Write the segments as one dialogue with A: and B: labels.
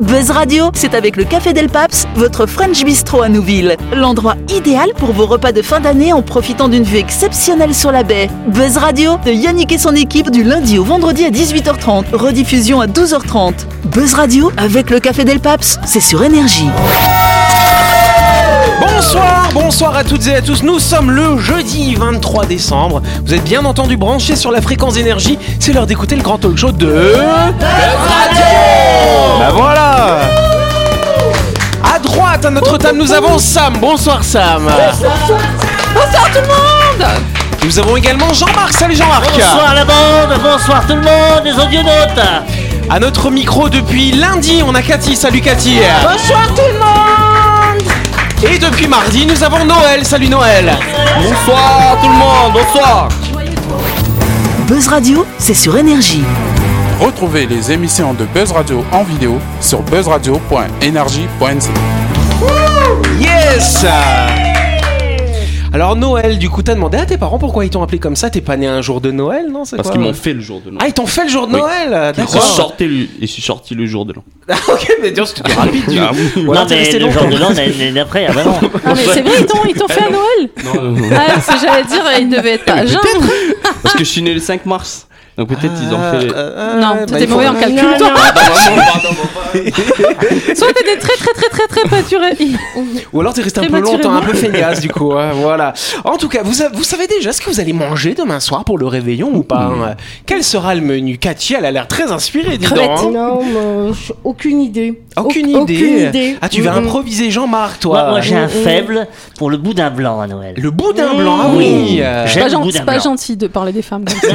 A: Buzz Radio, c'est avec le Café Del Paps, votre French Bistro à Nouville. L'endroit idéal pour vos repas de fin d'année en profitant d'une vue exceptionnelle sur la baie. Buzz Radio, de Yannick et son équipe du lundi au vendredi à 18h30, rediffusion à 12h30. Buzz Radio, avec le Café Del Paps, c'est sur Énergie.
B: Bonsoir, bonsoir à toutes et à tous. Nous sommes le jeudi 23 décembre. Vous êtes bien entendu branchés sur la fréquence énergie. C'est l'heure d'écouter le grand talk show de. Bah voilà À droite, à notre table, nous avons Sam. Bonsoir Sam.
C: Bonsoir tout le monde
B: Nous avons également Jean-Marc. Salut Jean-Marc.
D: Bonsoir la bande, bonsoir tout le monde, les audionautes
B: À notre micro depuis lundi, on a Cathy. Salut Cathy.
C: Bonsoir tout le monde
B: Et depuis mardi, nous avons Noël. Salut Noël.
E: Bonsoir tout le monde, bonsoir
A: Buzz Radio, c'est sur Énergie.
E: Retrouvez les émissions de Buzz Radio en vidéo sur buzzradio.energie.nc
B: Yes Alors Noël, du coup, t'as demandé à tes parents pourquoi ils t'ont appelé comme ça T'es pas né un jour de Noël, non c'est
E: Parce
B: quoi
E: qu'ils m'ont fait le jour de l'an.
B: Ah, ils t'ont fait le jour de
E: Oui.
B: Noël
E: je, suis
B: D'accord.
E: sorti le... je suis sorti le jour de l'an.
B: Ah, ok, mais dis c'était rapide. du- Ouais,
D: Non
B: t'es
D: mais
B: resté
D: le
B: longtemps.
D: jour de l'an, l'année l'année d'après, ah bah non
C: Non mais c'est vrai, ils t'ont, ils t'ont fait à Noël Ah, parce que j'allais dire, ils devaient être pas à jeun.
E: Parce que je suis né le 5 mars. Donc
B: Ah,
E: peut-être ils ont fait.
B: Euh,
C: Non,
B: ouais, bah,
C: t'étais
B: il faut-
C: mauvais en calcul, toi Soit t'étais très très très très très pâturé.
B: Ou alors t'es resté un peu
C: Prématurément.
B: longtemps, un peu feignasse du coup. hein, voilà. En tout cas, vous, a- vous savez déjà ce que vous allez manger demain soir pour le réveillon ou pas hein Quel sera le menu Cathy, elle a l'air très inspirée, dis donc. hein.
F: Non, mais, je- aucune idée.
B: Aucune idée.
F: Au- aucune idée.
B: Ah, tu vas
F: Mm-mm.
B: improviser Jean-Marc, toi.
D: Moi, moi, j'ai un
F: Mm, mm.
D: faible pour le boudin blanc à Noël.
B: Le boudin blanc, ah oui. euh,
C: C'est
D: J'aime
C: pas,
D: le
C: gen-
D: boudin
C: c'est pas
D: blanc.
C: gentil de parler des femmes. comme ça.
D: Non,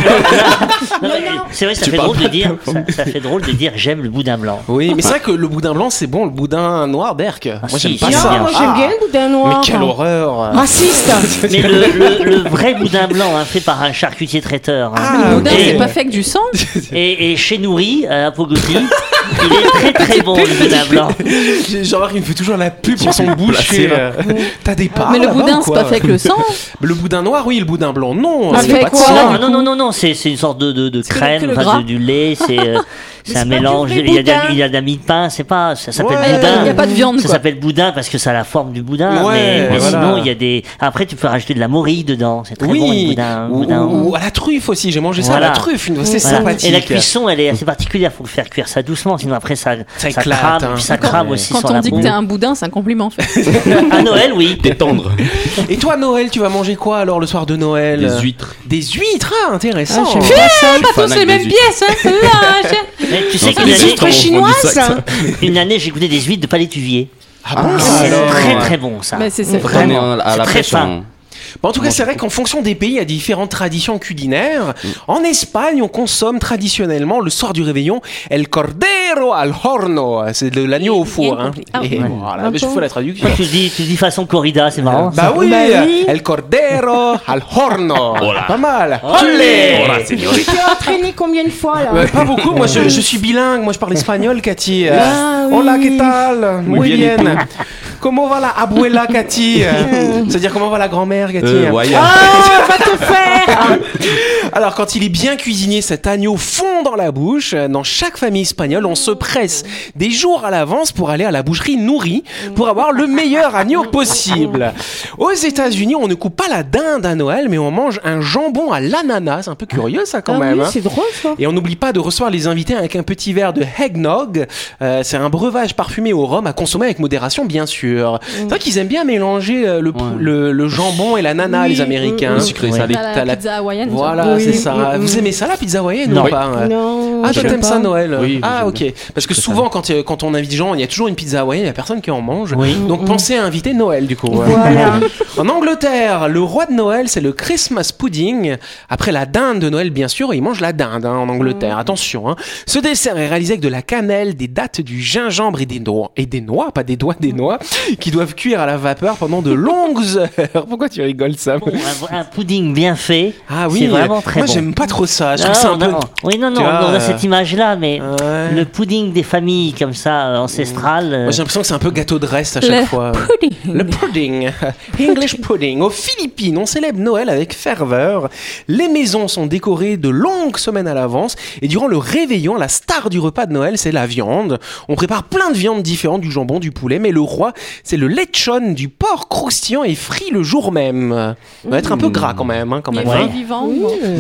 D: mais C'est vrai, ça fait, drôle de dire, ça, ça fait drôle de dire j'aime le boudin blanc.
B: Oui, mais c'est vrai que le boudin blanc, c'est bon, le boudin noir d'Erc. moi,
D: si,
B: j'aime pas
D: si,
B: ça.
D: bien.
F: moi j'aime
B: Ah,
F: bien le boudin
B: Mais
F: noir.
B: quelle horreur.
C: Ah.
F: Raciste
D: Mais le, le- le vrai boudin blanc, hein, fait par un charcutier traiteur, hein.
B: Ah,
C: Le boudin,
B: ok.
C: c'est pas fait que du sang.
D: et, et chez Nourri, à Pogoti, il est très très bon le boudin blanc.
B: J'ai- Jean-Marc, il me fait toujours la pub pour son boucher. T'as des parts
C: mais le
B: Ah, là-bas
C: boudin,
B: ou
C: c'est
B: quoi
C: pas fait avec le sang.
B: Le boudin noir, oui, le boudin blanc, non.
C: Ah,
B: c'est
C: fait
B: pas de
C: quoi,
B: sang.
C: là,
D: non, non, non, non, non, c'est c'est une sorte de, de, de
C: que le
D: crème, enfin,
C: gras.
D: de- du lait, c'est euh,
F: c'est
D: c'est
F: pas
D: un
F: du
D: mélange.
F: vrai
D: Il y a de la-
F: boudin.
D: il y a de la mie de pain, c'est pas, ça s'appelle
B: Ouais. Ah, il y a
D: boudin.
B: pas- il y a
C: pas de viande,
D: Ça
C: quoi.
D: s'appelle boudin parce que ça a la forme du boudin.
B: Ouais,
D: mais mais
B: voilà.
D: sinon, il y a des. Après, tu peux rajouter de la morille dedans, c'est très
B: oui,
D: bon le boudin.
B: ou,
D: boudin.
B: ou- ou à la truffe aussi, j'ai mangé ça à la
D: Voilà.
B: truffe, une- c'est
D: Voilà.
B: sympathique.
D: Et la cuisson, elle est assez particulière. Faut faire cuire ça doucement, sinon après ça,
B: Ça
D: ça,
B: éclate,
D: crame,
B: hein.
D: puis ça crame aussi
C: Quand
D: sur
C: on
D: la
C: dit que
D: boue.
C: t'es un boudin, c'est un compliment. en fait.
D: À Noël, oui.
E: Détendre.
B: Et toi, Noël, tu vas manger quoi alors le soir de Noël
E: Les huîtres.
B: Des huîtres, ah, intéressant.
F: Ah, j'aime
C: Pas tous
E: Fanac
C: les
E: des
C: mêmes
E: huîtres.
C: pièces, hein, celle-là, hein, chère.
D: Mais tu sais
E: Non,
D: qu'une
E: les
D: année,
E: huîtres, on- on dit ça, ça.
D: une année, j'ai goûté des huîtres de Palétuvier.
B: Ah bon,
D: C'est
B: alors
D: très très bon ça.
C: Mais c'est- c'est
D: Vraiment.
E: On est à la- à
D: C'est
E: la
D: très
E: pêche
D: fin.
E: en-
B: Bah, en tout cas, c'est vrai qu'en fonction des pays, il y a différentes traditions culinaires. En Espagne, on consomme traditionnellement le soir du réveillon el cordero al horno. C'est de l'agneau au four. hein.
C: Ah
B: Et
D: ouais.
B: voilà, mais je fais la traduction.
D: Toi, tu dis, tu dis façon corrida, c'est marrant.
B: Bah oui,
F: Bah oui.
B: el cordero al horno. Pas mal.
D: Olé
B: Olé
F: Tu t'es entraîné combien de fois là
B: Ouais, pas beaucoup, moi je, je suis bilingue, moi je parle espagnol, Cathy. Euh,
F: Ah, oui.
B: Hola, que tal? Muy,
E: Muy
B: bien.
E: bien,
B: Comment va la abuela, Cathy? Euh, C'est-à-dire comment va la grand-mère, Cathy?
E: Euh, ouais, y'a-
F: Ah,
B: Alors, quand il est bien cuisiné, cet agneau fond dans la bouche. Dans chaque famille espagnole, on se presse des jours à l'avance pour aller à la boucherie nourrie pour avoir le meilleur agneau possible. Aux États-Unis, on ne coupe pas la dinde à Noël, mais on mange un jambon à l'ananas. C'est un peu curieux, ça, quand
F: Ah
B: même.
F: oui,
B: hein.
F: c'est drôle ça.
B: Et on n'oublie pas de recevoir les invités avec un petit verre de eggnog. Euh, c'est un breuvage parfumé au rhum à consommer avec modération, bien
F: Mm.
B: sûr. C'est vrai qu'ils aiment bien mélanger euh, le, pou-
E: Ouais.
B: le- le jambon et l'ananas,
F: Oui,
B: les Américains.
F: mm, mm.
E: Sucré,
D: Ouais.
E: salé.
C: T'as
B: t'as
C: la
B: la-
C: pizza hawaïenne. toi.
B: Voilà,
F: Oui,
B: c'est ça.
F: mm, mm.
B: Vous aimez ça la pizza hawaïenne
D: Non.
B: ou pas hein
F: Non.
B: Ah, toi
F: j'aime
B: t'aimes
F: pas.
B: ça Noël
E: Oui,
B: Ah,
E: j'aime
B: ok. Parce que
E: Très
B: souvent, quand, euh, quand on invite gens, il y a toujours une pizza hawaïenne, il n'y a personne qui en mange.
D: Oui.
B: Donc pensez à inviter Noël, du coup. ouais.
F: Voilà.
B: En Angleterre, le roi de Noël, c'est le Christmas pudding. Après la dinde de Noël, bien sûr, et il mange la dinde hein, en Angleterre.
F: Mm.
B: Attention. hein. Ce dessert est réalisé avec de la cannelle, des dattes, du gingembre et des noix. Et des noix, pas des doigts, des noix. qui doivent cuire à la vapeur pendant de longues heures. Pourquoi tu rigoles, Sam
D: Bon, un, un pudding bien fait,
B: bah, Ah oui,
D: c'est vraiment très
B: moi
D: bon.
B: j'aime pas trop ça. Je
D: Non,
B: trouve ça
C: Ah,
B: un peu.
D: non. Oui, non, non,
B: Tu vois,
D: on a
B: euh,
D: cette image-là, mais
B: Ouais.
D: le pudding des familles comme ça, euh, ancestrales. euh,
B: Moi, j'ai l'impression que c'est un peu gâteau de reste à
C: Le
B: chaque fois. Le pudding. English pudding. Aux Philippines, on célèbre Noël avec ferveur. Les maisons sont décorées de longues semaines à l'avance. Et durant le réveillon, la star du repas de Noël, c'est la viande. On prépare plein de viandes différentes, du jambon, du poulet. Mais le roi, c'est le lechon du porc croustillant et frit le jour même. Ça va être
D: Hmm.
B: un peu gras quand même. hein, quand
C: Il est
B: même
C: vrai
B: hein.
C: vivant.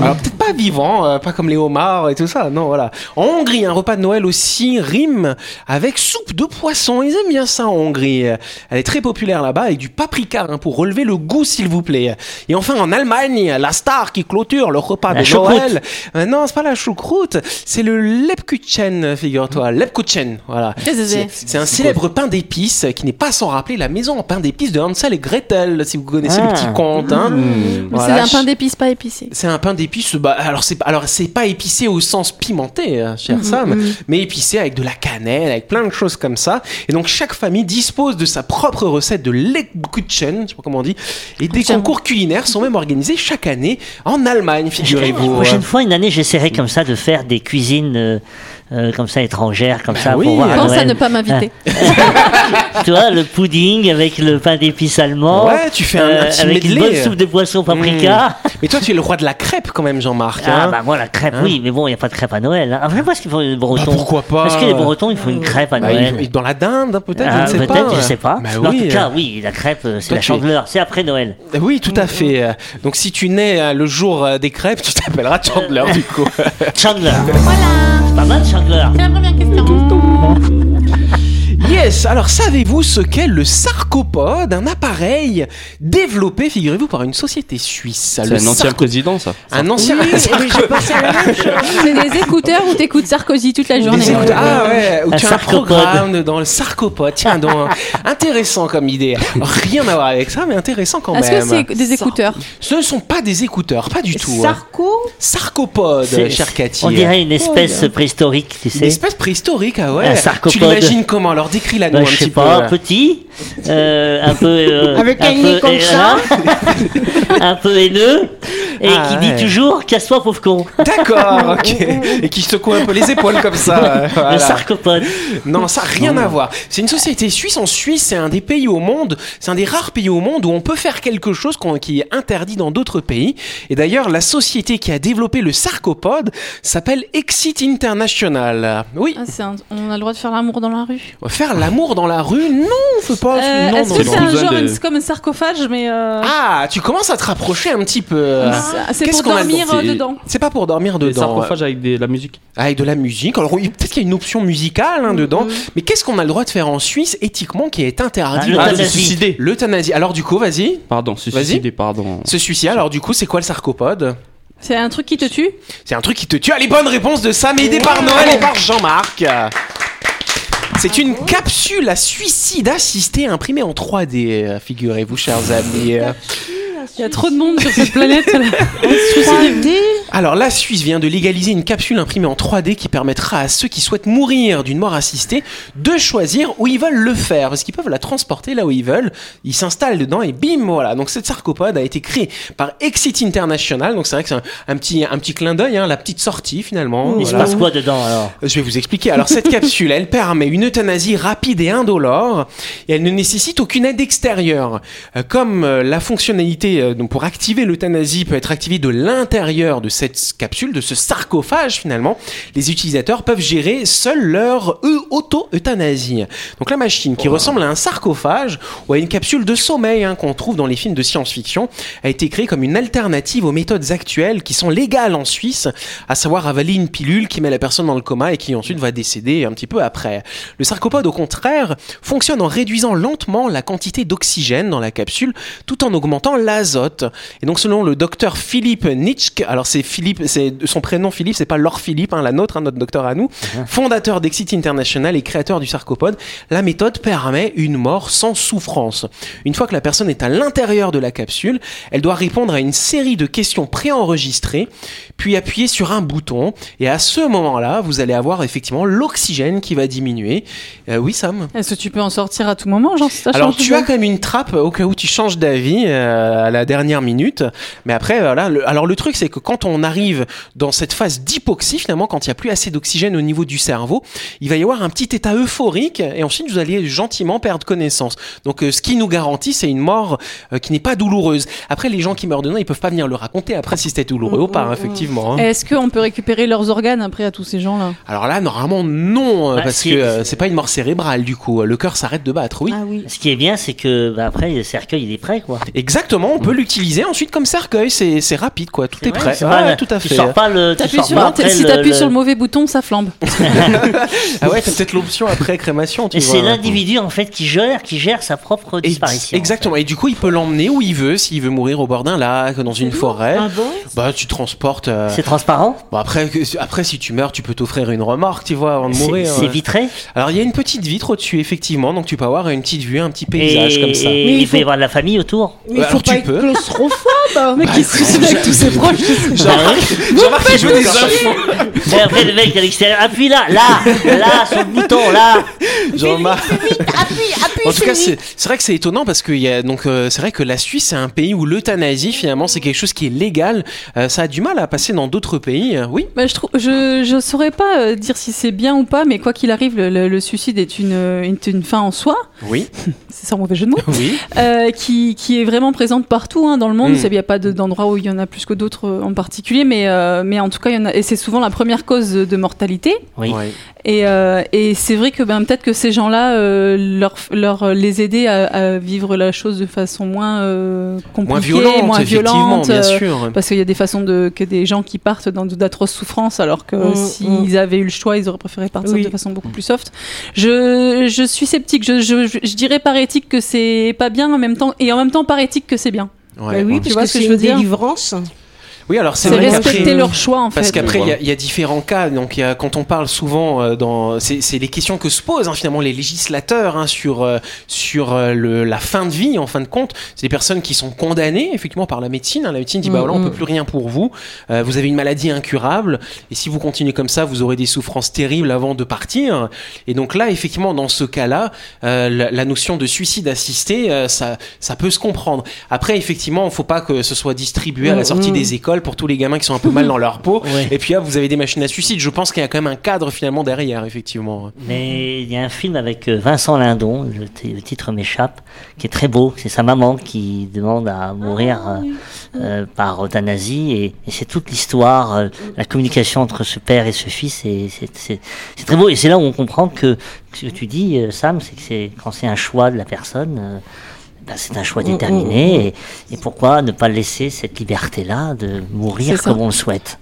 B: Alors peut-être pas vivant, euh, pas comme les homards et tout ça, non voilà. En Hongrie, un repas de Noël aussi rime avec soupe de poisson, ils aiment bien ça en Hongrie. Elle est très populaire là-bas avec du paprika hein, pour relever le goût s'il vous plaît. Et enfin en Allemagne, la star qui clôture le repas
D: La
B: de
D: choucroute.
B: Noël. Euh, non, c'est pas la choucroute, c'est le Lebkuchen, figure-toi,
D: Mm.
B: Lebkuchen, voilà.
C: Qu'est-ce que c'est
B: C'est c'est un célèbre pain d'épices qui n'est pas sans rappeler la maison en pain d'épices de Hansel et Gretel, si vous connaissez le
D: Ah.
B: petit conte. hein. Voilà,
C: Mm. C'est un pain d'épices pas épicé.
B: c'est un pain d'épices. Bah, alors c'est alors c'est pas épicé au sens pimenté, euh,
D: Mhm,
B: cher Sam, mais épicé avec de la cannelle, avec plein de choses comme ça. Et donc chaque famille dispose de sa propre recette de Lebkuchen, je sais pas comment on dit. Et des
C: Kuchen.
B: concours culinaires sont même organisés chaque année en Allemagne,
D: euh, La
B: figurez-vous. Euh,
D: prochaine fois, une année, j'essaierai comme ça de faire des cuisines euh, euh, comme ça étrangères, comme ça,
B: Bah oui,
D: pour voir à
C: Pense à
D: Noël.
C: ne pas m'inviter.
B: Ah.
D: Tu vois, le pudding avec le pain d'épices allemand. euh,
B: Ouais, tu fais un- un petit
D: Avec une
B: medley. Hmm.
D: bonne soupe de poisson paprika.
B: Mais toi, tu es le roi de la crêpe quand même, Jean-Marc.
D: Ah,
B: hein.
D: bah moi, la crêpe, oui, mais bon, il n'y a pas de crêpe à Noël. hein. Après, moi, est-ce qu'ils font les
B: Bah,
D: Bretons
B: pourquoi pas
D: Est-ce que les Bretons, ils font
F: Mmh.
D: une crêpe à
B: Bah, il-
D: Noël
B: il- dans la dinde, hein, peut-être,
D: Ah,
B: je ne sais pas.
D: Peut-être, je sais pas.
B: Bah
D: Mais en
B: oui.
D: tout cas, oui, la crêpe, euh, c'est
B: Toi,
D: la
B: tu es-
D: chandeleur, c'est après Noël.
B: Oui, tout à fait.
D: Mhm.
B: Donc, si tu nais euh, le jour euh, des crêpes, tu t'appelleras Chandler, du coup.
D: Chandler. C'est pas mal, Chandler.
C: C'est la première question.
B: Yes, alors savez-vous ce qu'est le sarcopode, un appareil développé, figurez-vous, par une société suisse
G: C'est
B: Le
G: un ancien
B: sarco-
G: président, ça.
B: Un ancien...
F: Oui, mais j'ai pensé à la même chose.
C: C'est des écouteurs où t'écoutes Sarkozy toute la journée.
B: Des écoute- ah ouais, ou
D: Un
B: tu as un
D: sarcopode.
B: programme dans le sarcopode. Tiens, donc, intéressant comme idée. Rien à voir avec ça, mais intéressant quand
C: Est-ce que c'est
B: même.
C: des écouteurs
B: Ce ne sont pas des écouteurs, pas du tout. hein.
F: Sarko
B: Sarcopode,
D: C'est-
B: cher Cathy.
D: On dirait une espèce préhistorique,
B: Oh,
D: tu
B: hein. Une
D: sais.
B: espèce préhistorique, ah ouais.
D: Un
B: Tu
D: sarcopode.
B: l'imagines comment Alors décris-la nous
D: Bah,
B: un
D: je sais
B: petit
D: pas,
B: peu. là.
D: petit, euh, un peu. euh,
F: Avec un
D: peu
F: nez comme
D: haineux,
F: ça.
D: un peu haineux, et
B: Ah,
D: qui
B: ouais.
D: dit toujours casse-toi, pauvre con.
B: D'accord, ok. Et qui secoue un peu les épaules comme ça.
D: Le
B: voilà.
D: sarcopode.
B: Non, ça rien à voir. C'est une société suisse. En Suisse, c'est un des pays au monde, c'est un des rares pays au monde où on peut faire quelque chose qu'on- qui est interdit dans d'autres pays. Et d'ailleurs, la société qui a développé le sarcopode s'appelle Exit International. Oui,
C: Ah, c'est un- On a le droit de faire l'amour dans la rue.
B: faire l'amour dans la rue, non, on fait pas.
C: Euh,
B: non,
C: Est-ce
B: non,
C: que
G: non.
C: c'est un
G: Cousin
C: genre
G: de-
C: une- comme un sarcophage, mais euh,
B: Ah, tu commences à te rapprocher un petit peu.
C: c'est- c'est
B: Qu'est-ce
C: pour
B: qu'on a
C: dormir
G: sorti
C: euh, dedans
B: C'est pas pour dormir
G: Des
B: dedans.
G: sarcophages avec des- la musique.
B: Avec Ah, de la musique. Alors, oui, peut-être qu'il y a une option musicale hein, dedans. Mais qu'est-ce qu'on a le droit de faire en Suisse éthiquement qui est interdit
D: Ah,
B: dans-
G: Ah, se
D: L'euthanasie.
G: suicider.
B: L'euthanasie. Alors, du coup, vas-y.
G: Pardon, se
B: Vas-y.
G: suicider, pardon.
B: Ce suicide, alors du coup, c'est quoi le sarcopode
C: C'est un truc qui te tue
B: C'est un truc qui te tue. Ah, les bonnes réponses de Sam, aidé par Noël et par Jean-Marc. C'est une capsule à suicide assistée imprimée en 3D, euh, figurez-vous, chers amis.
C: Il y a trop de monde sur cette planète. là.
B: Alors, la Suisse vient de légaliser une capsule imprimée en 3D qui permettra à ceux qui souhaitent mourir d'une mort assistée de choisir où ils veulent le faire, parce qu'ils peuvent la transporter là où ils veulent. Ils s'installent dedans et bim, voilà. Donc, cette sarcopode a été créée par Exit International. Donc, c'est vrai que c'est un, un petit, un petit clin d'œil, hein, la petite sortie finalement.
D: Il se
B: Voilà.
D: passe quoi dedans alors
B: Je vais vous expliquer. Alors, cette capsule, elle permet une euthanasie rapide et indolore et elle ne nécessite aucune aide extérieure. Euh, comme euh, la fonctionnalité euh, donc pour activer l'euthanasie peut être activée de l'intérieur de cette capsule, de ce sarcophage finalement, les utilisateurs peuvent gérer seuls leur eu- auto-euthanasie. Donc, la machine qui ressemble à un sarcophage ou à une capsule de sommeil hein, qu'on trouve dans les films de science-fiction a été créée comme une alternative aux méthodes actuelles qui sont légales en Suisse, à savoir avaler une pilule qui met la personne dans le coma et qui ensuite va décéder un petit peu après. Le sarcopode, au contraire, fonctionne en réduisant lentement la quantité d'oxygène dans la capsule tout en augmentant l'azote. azote. Et donc selon le docteur Philippe Nitschke, alors c'est Philippe, c'est son prénom Philippe, c'est pas Laure Philippe, hein, la nôtre, hein, notre docteur à nous, fondateur d'Exit International et créateur du sarcopode, la méthode permet une mort sans souffrance. Une fois que la personne est à l'intérieur de la capsule, elle doit répondre à une série de questions préenregistrées, puis appuyer sur un bouton. Et à ce moment-là, vous allez avoir effectivement l'oxygène qui va diminuer. Euh, oui, Sam.
C: Est-ce que tu peux en sortir à tout moment, genre, si ça
B: Alors
C: change de
B: tu as
C: voix
B: quand même une trappe au cas où tu changes d'avis euh, à la dernière minute. Mais après, voilà. le- alors le truc, c'est que quand on arrive dans cette phase d'hypoxie, finalement, quand il n'y a plus assez d'oxygène au niveau du cerveau, il va y avoir un petit état euphorique et ensuite vous allez gentiment perdre connaissance. Donc euh, ce qui nous garantit, c'est une mort euh, qui n'est pas douloureuse. Après, les gens qui meurent dedans, ils peuvent pas venir le raconter après si c'était douloureux ou pas, effectivement. hein.
C: Est-ce qu'on peut récupérer leurs organes après à tous ces gens-là
B: Alors là, normalement, non, euh,
D: Bah,
B: parce
D: si,
B: que euh,
D: si.
B: c'est pas une mort cérébrale du coup. Le cœur s'arrête de battre, oui.
C: Ah oui.
D: Ce qui est bien, c'est que bah, après, le cercueil, il est prêt, quoi.
B: Exactement, on peut l'utiliser ensuite comme cercueil, c'est c'est rapide quoi, tout est,
D: vrai,
B: prêt.
D: c'est pas
B: Ouais,
D: la-
B: tout à
D: Tu
B: fait.
D: sors pas le. tu
C: T'appuies
D: sors
C: sur
D: pas
C: un-
D: après
C: si
D: le-
C: t'appuies
D: le-
C: sur le mauvais bouton, ça flambe.
B: Ah ouais, t'as peut-être l'option après crémation, tu
D: Et
B: vois.
D: c'est l'individu, en fait, qui gère, qui gère sa propre
B: Et-
D: disparition.
B: Exactement, et du coup il peut l'emmener où il veut, s'il veut mourir au bord d'un lac, dans une forêt. Bah tu transportes. euh,
D: C'est transparent
B: Bon, après, que- après si tu meurs, tu peux t'offrir une remorque, tu vois, avant de
D: C'est-
B: mourir.
D: C'est
B: ouais.
D: vitré
B: Alors il y a une petite vitre au-dessus, effectivement, donc tu peux avoir une petite vue, un petit paysage
D: et,
B: comme ça.
D: et
G: Mais il
D: il
G: faut-
D: peut y avoir de la famille autour.
G: Mais
B: Alors,
G: faut
B: Euh, tu
G: pas être
B: peux.
F: hein.
B: Bah,
G: claustrophobe.
C: Mais qu'est-ce que c'est avec tous ses proches
B: Jean-Marc, il joue des infos.
D: Et après le mec à l'extérieur, appuie là, là, là, sur le bouton, là.
B: Jean-Marc.
G: Appuie, appuie
B: En tout
G: sur
B: cas,
G: lui.
B: c'est c'est vrai que c'est étonnant parce que il y a- donc euh, c'est vrai que la Suisse c'est un pays où l'euthanasie finalement c'est quelque chose qui est légal. Euh, ça a du mal à passer dans d'autres pays. euh, oui.
C: Bah, je, trou- je, je saurais pas euh, dire si c'est bien ou pas, mais quoi qu'il arrive, le, le- le suicide est une, euh, est une fin en soi,
B: Oui.
C: c'est sans mauvais jeu de mots,
B: Oui.
C: euh, qui, qui est vraiment présente partout hein, dans le monde.
B: Mm.
C: Il n'y a pas de- d'endroit où il y en a plus que d'autres euh, en particulier, mais, euh, mais en tout cas, il y en a, et c'est souvent la première cause de de mortalité.
D: Oui.
C: Et, euh, et c'est vrai que ben, peut-être que ces gens-là, euh, leur, leur, les aider à, à vivre la chose de façon moins euh, compliquée,
B: Moins violente,
C: moins
B: effectivement,
C: violente,
B: bien
C: euh,
B: sûr.
C: parce qu'il y a des façons de que des gens qui partent dans d'atroces souffrances, alors que
G: Mm,
C: s'ils avaient eu le choix, ils auraient préféré partir
G: Oui.
C: de façon beaucoup plus soft. Je, je suis sceptique. Je, je, je- je dirais par éthique que c'est pas bien en même temps, et en même temps par éthique que c'est bien.
B: Ouais.
G: Bah oui,
C: Tu vois
G: parce
C: ce que
G: que
C: je
G: c'est
C: veux
G: une
C: dire
G: délivrance.
B: Oui, alors c'est
C: C'est
B: vrai
C: respecter
B: qu'après- euh,
C: leur choix en
B: Parce
C: fait.
B: qu'après, il y a- il y, a différents cas. Donc, il y a- quand on parle souvent, euh, dans, c'est, c'est les questions que se posent hein, finalement les législateurs hein, sur, euh, sur euh, le, la fin de vie, en fin de compte. C'est des personnes qui sont condamnées, effectivement, par la médecine. hein. La médecine dit, bah voilà, on
G: Mm,
B: peut
G: mm.
B: plus rien pour vous. Euh, vous avez une maladie incurable. Et si vous continuez comme ça, vous aurez des souffrances terribles avant de partir. Et donc là, effectivement, dans ce cas-là, euh, la, la notion de suicide assisté, euh, ça, ça peut se comprendre. Après, effectivement, il faut pas que ce soit distribué à la
G: Mm,
B: sortie
G: mm.
B: des écoles pour tous les gamins qui sont un peu mal dans leur peau.
D: Ouais.
B: Et puis là, vous avez des machines à suicide. Je pense qu'il y a quand même un cadre finalement derrière, effectivement.
D: Mais il y a un film avec euh, Vincent Lindon, le, ti- le titre m'échappe, qui est très beau. C'est sa maman qui demande à mourir
C: Ah,
D: euh, euh, par euthanasie et, et c'est toute l'histoire, euh, la communication entre ce père et ce fils. Et c'est- c'est c'est très beau et c'est là où on comprend que ce que tu dis, euh, Sam, c'est que c'est quand c'est un choix de la personne. euh, ben, c'est un choix
C: Mm,
D: déterminé et, et pourquoi ne pas laisser cette liberté-là de
C: C'est
D: mourir
C: ça.
D: comme on le souhaite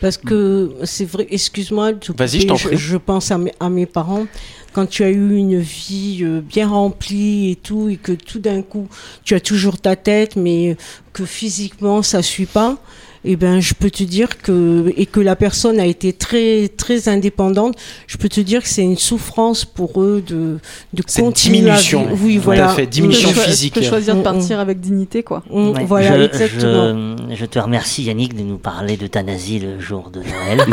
G: Parce que c'est vrai, excuse-moi, de te
B: Vas-y,
G: couper,
B: je t'en prie.
G: Je pense à mes, à mes parents. Quand tu as eu une vie euh, bien remplie et tout, et que tout d'un coup, tu as toujours ta tête, mais que physiquement, ça suit pas. Eh ben, je peux te dire que et que la personne a été très très indépendante. Je peux te dire que c'est une souffrance pour eux de de
B: Cette
G: continuer
B: diminution,
G: à vivre. Oui,
D: tout à
G: voilà.
B: fait,
C: Peut
B: diminution
G: Mm,
B: physique.
C: choisir de
G: Mm, mm.
C: partir avec dignité quoi.
G: mm,
D: Ouais.
G: Voilà,
D: je,
G: exactement.
D: Je, je te remercie Yannick de nous parler d'euthanasie le jour de Noël.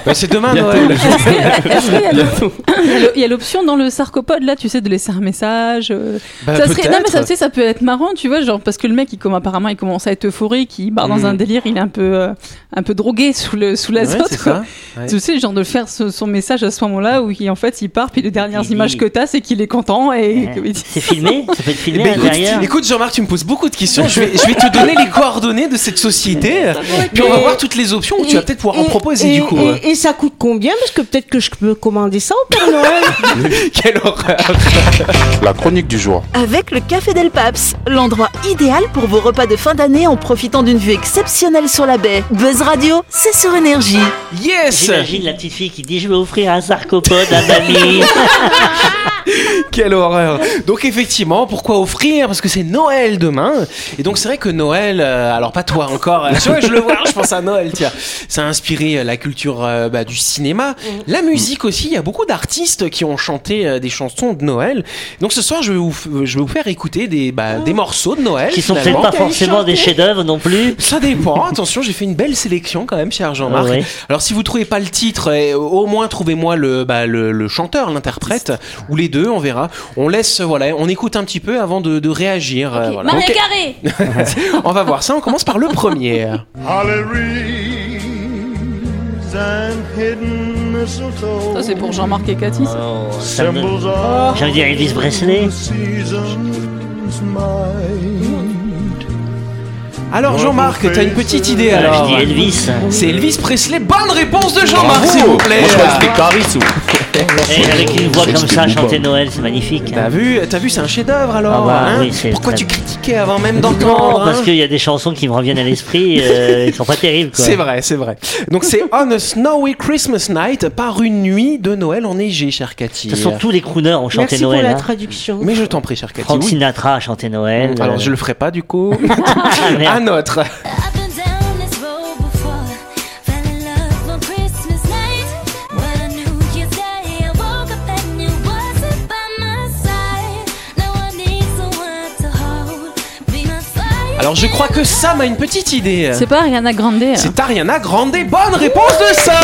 B: Bah, c'est demain Noël.
C: Est-ce qu'il y a l'op- il y a l'op- il y a l'option dans le sarcopode là, tu sais, de laisser un message. euh,
B: Bah,
C: ça serait... Non mais ça,
B: peut-être.
C: tu sais, ça peut être marrant, tu vois, genre parce que le mec, il, comme apparemment, il commence à être euphorique, il part
B: Mhm.
C: dans un délire, il est un peu, euh, un peu drogué sous le sous
B: Ouais,
C: l'azote.
B: c'est
C: quoi.
B: ça. Ouais.
C: Tu sais, genre de faire ce- son message à ce moment-là où il, en fait il part, puis les dernières
D: Il
C: images
D: dit-
C: que t'as, c'est qu'il est content et
D: Ouais.
C: que- il dit-
D: C'est filmé Ça peut être
B: Eh
D: filmé
B: ben,
D: à
B: écoute,
D: l'intérieur
B: écoute, Jean-Marc, tu me poses beaucoup de questions. Je vais, je vais te donner les coordonnées de cette société. Puis on va
G: Mais-
B: voir toutes les options où Oh, tu vas peut-être pouvoir en
G: Et-
B: proposer
G: et-
B: du coup. euh.
G: Et, et ça coûte combien Parce que peut-être que je peux commander ça au Père Noël.
B: Quelle horreur.
E: La chronique du jour.
A: Avec le Café Del Paps, l'endroit idéal pour vos repas de fin d'année en profitant d'une vue exceptionnelle sur la baie. Buzz Radio, c'est sur énergie.
B: Yes
D: J'imagine la petite fille qui dit je vais offrir un sarcopode à mamie.
B: Quelle horreur Donc effectivement, pourquoi offrir Parce que c'est Noël demain. Et donc c'est vrai que Noël, euh, alors pas toi encore, euh, tu vois, je le vois, je pense à Noël, tiens. Ça a inspiré euh, la culture euh, bah, du cinéma, la musique aussi. Il y a beaucoup d'artistes qui ont chanté euh, des chansons de Noël. Donc ce soir, je vais vous, f- je vais vous faire écouter des, bah, des morceaux de Noël.
D: Qui sont peut-être
B: finalement.
D: pas forcément des chefs-d'œuvre non plus.
B: Ça dépend, attention, j'ai fait une belle sélection quand même, cher Jean-Marc.
D: Ouais.
B: Alors si vous trouvez pas le titre, eh, au moins trouvez-moi le, bah, le, le chanteur, l'interprète, ou les deux, on verra. On laisse, voilà, on écoute un petit peu avant de, de réagir. euh, voilà.
H: Maria
B: Ok,
H: Carré
B: on va voir ça, on commence par le premier.
I: Holleries and hidden mistletoe.
C: Ça, c'est pour Jean-Marc et
B: Oh,
C: Cathy. ça.
D: Ça me donne-
I: Symbols of
D: J'ai envie de dire Elvis Presley.
I: the season's mind.
B: Alors Jean-Marc, t'as une petite idée
D: Alors,
B: alors euh,
D: je dis Elvis.
B: C'est Elvis Presley, bonne réponse de Jean-Marc, s'il vous plaît.
J: Moi, je crois que c'était Caris ou.
D: Et avec une voix comme ça, chanter Noël, c'est magnifique.
B: T'as vu, t'as vu, c'est un chef-d'œuvre alors.
D: Ah bah
B: hein
D: oui, c'est
B: Pourquoi
D: très-
B: tu critiquais avant même
D: Non,
B: d'entendre
D: parce
B: hein
D: qu'il y a des chansons qui me reviennent à l'esprit, euh, elles sont pas terribles. Quoi.
B: C'est vrai, c'est vrai. Donc c'est On a Snowy Christmas Night par une nuit de Noël enneigée, chère Cathy.
D: De toute façon, tous les crooners ont chanté
G: Merci
D: Noël.
G: pour la
D: hein.
G: traduction.
B: Mais je t'en prie, chère Cathy.
D: Frank
B: oui.
D: Sinatra a chanté Noël.
B: Alors
D: euh,
B: je le ferai pas du coup.
D: ah, merde.
B: Un autre.
H: I've been down this road before. Fell in love on Christmas night. Well, on New Year's Day, I woke up and you wasn't by my side. Now I need someone to hold. Be my fire.
B: Alors je crois que Sam a une petite idée.
C: C'est pas Ariana Grande. hein.
B: C'est Ariana Grande. Bonne réponse de Sam.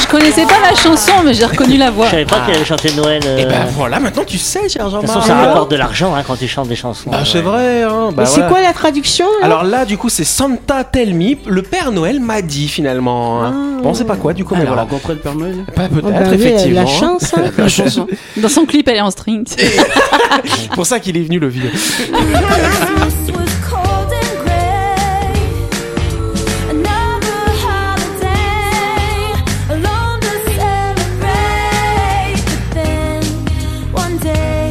C: Je connaissais pas la chanson, mais j'ai reconnu la voix.
D: Je savais pas qu'elle avait chanté Noël. euh,
B: Et Ah. ben voilà, maintenant tu sais, cher
D: de
B: Jean-Marc.
D: toute façon, ça rapporte de l'argent hein, quand tu chantes des chansons.
B: Bah, c'est
D: Ouais.
B: vrai. Hein. Bah,
G: Mais c'est
B: voilà.
G: quoi la traduction là
B: Alors là, du coup, c'est Santa Tell Me. Le Père Noël m'a dit finalement. hein. Bon, c'est pas quoi du coup, mais
J: Elle a
B: voilà.
J: rencontré le Père Noël
B: Pas peut-être,
G: Oh, bah oui, elle a de
B: effectivement.
G: la chance. hein.
C: Dans son clip, elle est en string.
B: C'est pour ça qu'il est venu le vieux.
H: Christmas was cold and gray. Another holiday alone to celebrate. But then one day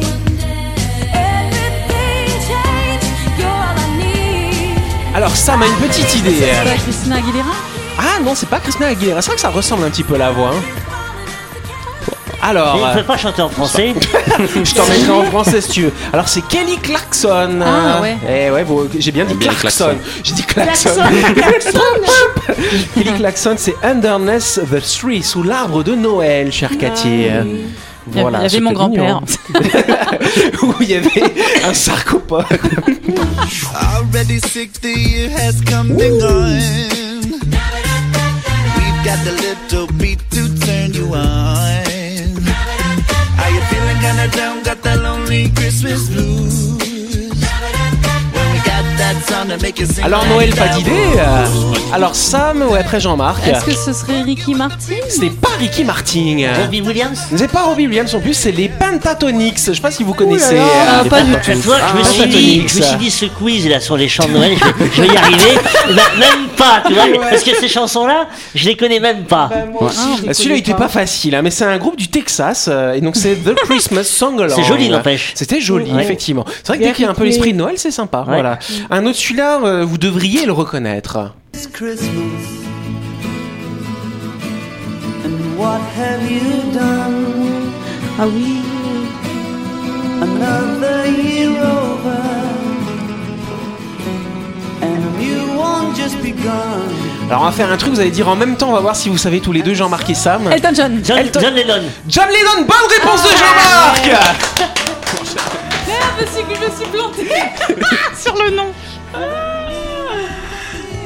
H: everything changed. You're all I need.
B: Alors Sam a une petite idée. hein.
C: C'est pas Christina Aguilera
B: Ah non, c'est pas Christina Aguilera. C'est vrai que ça ressemble un petit peu à la voix. hein. Alors,
D: Mais on ne
B: euh,
D: peut pas chanter en français.
B: Hein je t'en mettrai en français si tu veux. Alors c'est Kelly Clarkson.
C: Ah, ouais.
B: Eh ouais, vous- j'ai bien dit
J: Bien
B: Clarkson.
J: Clarkson.
B: J'ai dit Clarkson. Kelly Clarkson, c'est Underneath the Tree, sous l'arbre de Noël, cher Cathy.
C: Il y avait- Ah, il y avait mon
B: c'était
C: grand-père.
B: mignon. Où il y avait un sarcopode.
I: Already 60 years has come and gone. We've got the little beat to turn you on. Are you feeling kinda down? Got that lonely Christmas blues. When we got that song to make you sing
B: Alors
I: like
B: Noël, pas
I: that.
B: d'idée. euh. Alors Sam, ouais, après Jean-Marc.
C: Est-ce que ce serait Ricky Martin
B: Ce n'est pas Ricky Martin.
D: Robbie Euh, Williams
B: C'est pas Robbie Williams en plus, c'est les Pentatonix. Je sais pas si vous connaissez. Euh,
C: Ah, Pas du
D: Tu
C: tout.
D: vois, je me,
B: Ah,
D: suis
B: ça
D: dit,
B: t'étonne,
D: je me
B: ça.
D: suis dit, ce quiz là sur les chants de Noël, je vais, je vais y arriver. Eh ben, même pas, tu vois, parce que ces chansons-là, je les connais même pas.
B: Euh, Celui-là, il était pas facile, hein, mais c'est un groupe du Texas, euh, et donc c'est The Christmas Song
D: C'est joli, n'empêche.
B: C'était joli,
D: Ouais.
B: effectivement. C'est vrai que dès qu'il y a un peu l'esprit de Noël, c'est sympa. Voilà. Un autre, celui-là, euh, vous devriez le reconnaître.
I: It's Christmas. And what have you done?
G: Ah oui.
I: Another year over, and you won't just begun.
B: Alors, on va faire un truc, vous allez dire en même temps, on va voir si vous savez tous les deux Jean-Marc et Sam.
C: Elton John.
D: John, John Lennon.
B: John Lennon, bonne réponse de
C: Ah,
B: Jean-Marc
C: bah, que je me suis plantée sur le nom.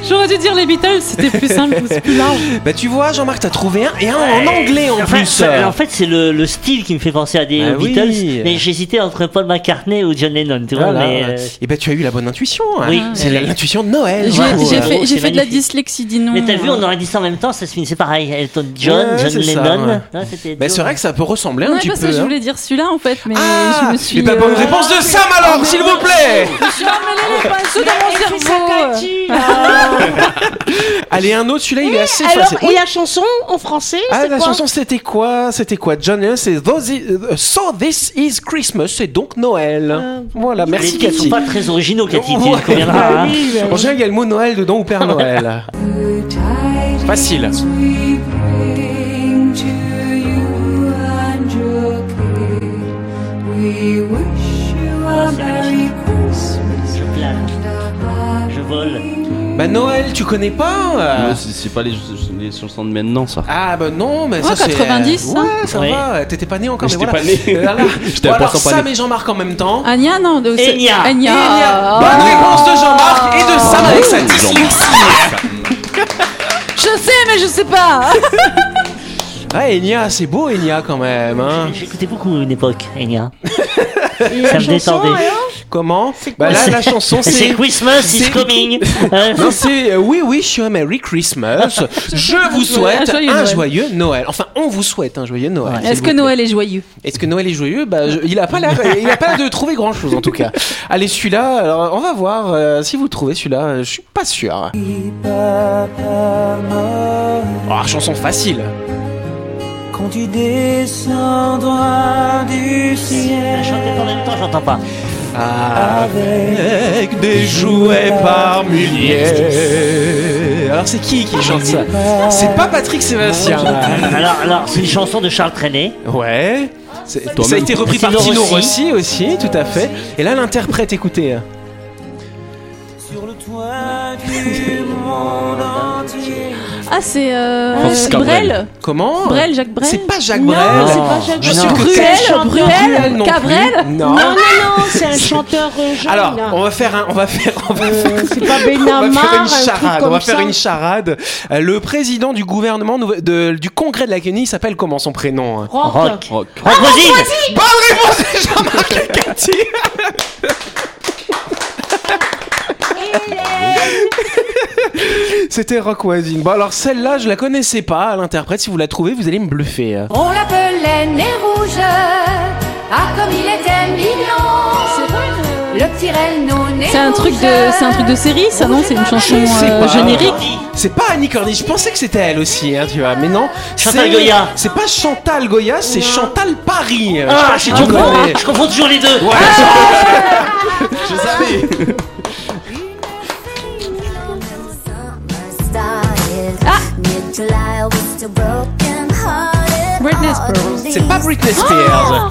C: J'aurais dû dire les Beatles, c'était plus simple, c'est plus large.
B: Bah, tu vois, Jean-Marc, t'as trouvé un, et un en anglais en
D: Enfin,
B: plus.
D: ça- en fait, c'est le, le style qui me fait penser à des
B: Ah oui.
D: Beatles. Mais j'hésitais entre Paul McCartney ou John Lennon, tu vois.
B: Voilà.
D: mais, euh,
B: Et bah, tu as eu la bonne intuition. hein.
D: Oui.
B: C'est la- l'intuition de Noël.
C: J'ai
B: bravo.
C: j'ai fait, j'ai
D: c'est
C: fait de la
D: magnifique.
C: dyslexie, dis non.
D: mais t'as vu, on aurait dit ça en même temps, ça se finissait pareil. Elton John,
B: Ouais,
D: John
B: c'est ça,
D: Lennon.
B: ouais.
D: Ouais, c'était
B: Bah, c'est
D: dur.
B: vrai que ça peut ressembler un
C: Ouais,
B: petit
C: parce
B: peu.
C: que je
B: hein.
C: voulais dire celui-là en fait, mais
B: Ah,
C: je me suis.
B: Et bah, bonne
C: euh,
B: réponse de Oh. Sam alors, s'il vous plaît
C: Je suis emmêlée les pinceaux dans mon cerveau.
B: Allez, un autre, celui-là, il est assez
G: Alors,
B: facile.
G: et la chanson en français
B: Ah,
G: c'est
B: la
G: quoi
B: chanson, c'était quoi C'était quoi John Lennon, c'est Those i- euh, So This Is Christmas, c'est donc Noël.
C: Ah,
B: voilà,
D: Les
B: merci
D: titres
B: Cathy.
D: sont pas très originaux, Cathy.
B: Ouais. Ah
D: tu le conviendras, hein.
B: En général, il y a le mot Noël dedans ou Père Noël. Facile.
D: vol.
B: Bah Noël, tu connais pas euh,
J: Non, c'est c'est pas les, les chansons de maintenant, ça.
B: Ah bah non, mais
J: Ouais,
B: ça c'est...
J: 90,
B: Ouais,
J: hein.
B: ça
J: Ouais.
B: va, t'étais pas né encore, mais
J: J'étais
B: voilà.
J: pas né.
B: Voilà.
J: J'étais
B: Bon,
J: à
B: alors
J: l'instant pas
B: Sam
J: né.
B: et Jean-Marc en même temps.
C: Anya, non, de c'est-
B: Enya.
C: Enya. Oh. ah.
B: Enya. Bonne réponse de Jean-Marc et de Sam avec sa dyslexie.
C: Je sais, mais je sais
B: Ah,
C: pas.
B: Ouais, Enya, c'est beau Enya quand même. Hein.
D: J'écoutais beaucoup une époque, Enya.
B: la
D: ça me
B: chanson,
D: détendait. Ah,
B: alors Comment Bah là, la chanson c'est...
D: C'est Christmas is
B: c'est-
D: coming.
B: non, c'est euh, We wish you a Merry Christmas. Je vous souhaite
C: Un joyeux
B: un
C: Noël.
B: joyeux Noël. Enfin, on vous souhaite un joyeux Noël.
C: Est-ce que Noël est joyeux
B: Est-ce que Noël est joyeux bah, je- Il a pas l'air, il a pas l'air de trouver grand chose en tout cas. Allez celui-là, alors, on va voir euh, si vous le trouvez celui-là. euh, Je suis pas sûr. Ah, chanson facile.
F: Quand tu descendras du ciel.
D: en même temps, j'entends pas.
B: Avec des jouets par milliers. Alors c'est qui qui chante ça C'est pas Patrick Sébastien.
D: Ah, alors, alors c'est une chanson de Charles Trenet.
B: Ouais. C'est- Ça a
D: Toi-même.
B: été repris par
D: Tino
B: Tino Rossi
D: Rossi.
B: aussi, tout à fait. Et là l'interprète, écoutez. hein.
F: Sur le toit du monde entier.
C: Ah, c'est euh,
B: Francis Cabrel.
C: Brel.
B: Comment
C: Brel, Jacques Brel.
B: C'est pas Jacques
C: Non,
B: Brel.
C: c'est pas Jacques
B: Je
C: Brel.
B: suis sûr que
C: Bruel,
B: c'est un
C: Bruel,
B: chanteur non plus.
C: Cabrel
B: Non.
G: Non, non, non, c'est un chanteur euh, jeune.
B: Alors,
G: là.
B: on va faire un, on va faire, on va faire-
G: c'est pas
B: on va faire
G: Benamar, un
B: une
G: truc
B: charade. On
G: comme
B: va faire
G: ça.
B: une charade. Euh, Le président du gouvernement nouvel- de- du Congrès de la CNI s'appelle comment son prénom hein
D: Rock.
J: Rock.
D: Rosine.
B: Bonne réponse de Jean-Marc et Cathy. C'était Rock Voisine. Bon alors celle-là, je la connaissais pas. L'interprète, si vous la trouvez, vous allez me bluffer. hein.
K: On l'appelait Nez Rouge, ah comme il était mignon. Le petit reine
C: C'est un truc de, c'est un truc de série, ça non C'est une chanson
B: Je sais
C: euh,
B: pas.
C: générique.
B: C'est pas Annie Cordy, je pensais que c'était elle aussi, hein, tu vois, mais non.
D: Chantal
B: c'est-
D: Goya.
B: C'est pas Chantal Goya, c'est Chantal Paris. je sais
D: Ah,
B: pas si
D: je
B: tu
D: confonds-
B: connais.
D: je confonds toujours les deux.
B: je savais.
K: Ah. Britney Spears.
B: C'est pas Britney Spears.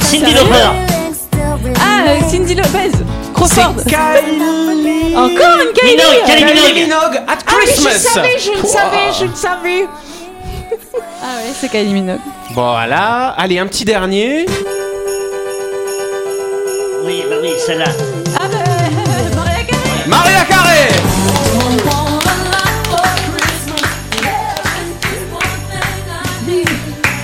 D: Cindy Lauper.
C: Ah, euh, Cindy Lopez. Crawford.
B: Kylie.
C: Encore une Kylie.
D: Minogue, Kylie
B: Kylie
D: Minogue.
B: Minogue at
G: Ah, mais je le
B: Christmas.
G: savais, je le savais, je le savais.
C: Ah ouais, c'est Kylie Minogue.
B: Bon, voilà. Allez, un petit dernier.
D: Oui, bah oui, celle-là.
C: Ah bah, euh, Mariah Carey.
B: Maria Carré.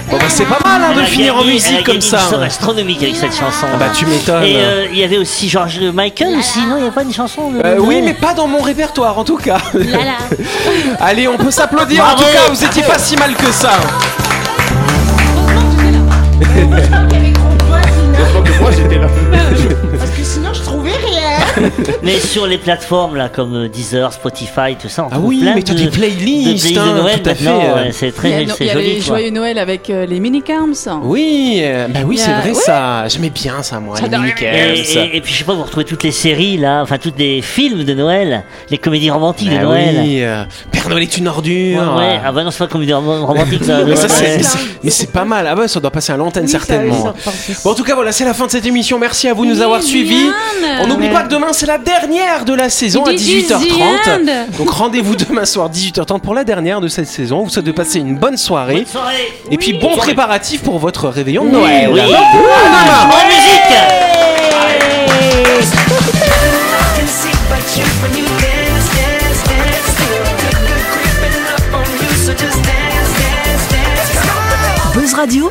B: Bon, bah, c'est pas mal hein, de
D: Elle a
B: finir en
D: gagné- elle a
B: musique comme
D: gagné
B: ça.
D: Une somme astronomique avec cette chanson.
B: Bah, tu m'étonnes.
D: Et euh, il y avait aussi George Michael aussi, non Il n'y a pas une chanson de.
B: Euh, oui, mais pas dans mon répertoire en tout cas. Allez, on peut s'applaudir en
D: Bravo.
B: tout cas, vous étiez pas si mal que ça.
J: Moi j'étais là.
G: Parce que sinon, je trouvais rien.
D: Mais sur les plateformes là, comme euh, Deezer, Spotify, tout ça, on
B: Ah
D: trouve
B: oui,
D: plein
B: mais t'as
D: de-
B: des playlists,
D: de, pays de
B: hein,
D: Noël
B: tout à fait,
D: maintenant,
B: euh.
D: ouais, c'est
C: Il y a,
D: très,
C: no-
D: c'est
C: il y a les
D: joli. quoi.
C: Joyeux Noël avec euh, les mini-carms.
B: Oui, euh, bah oui,
C: Il y
B: c'est
C: a-
B: vrai
C: ouais.
B: ça. J'aimais bien ça, moi. les
C: J'adore les
B: Mickey
D: Et,
B: Mouse.
D: et- et puis je sais pas, vous retrouvez toutes les séries là, enfin toutes les films de Noël, les comédies romantiques
B: Ah
D: de Noël.
B: oui, euh, Père Noël est une
D: Ouais,
B: ordure.
D: ouais. ah bah non, c'est pas comédie rom- romantique ça.
B: Mais ça,
D: Ouais.
B: c'est- c'est- mais c'est pas mal. Ah ouais, ça doit passer à l'antenne certainement. Bon, en tout cas, voilà, c'est la fin de cette émission. Merci à vous de nous avoir suivis. On n'oublie pas que demain, c'est la dernière de la saison à
C: It is the
B: 18h30.
C: end.
B: Donc rendez-vous demain soir, 18h30, pour la dernière de cette saison. On vous souhaite de passer une bonne soirée.
D: Soirée.
B: Et puis, bon préparatif pour votre réveillon de Noël.
D: Oui.
B: À demain.
D: En musique.
A: Buzz Radio,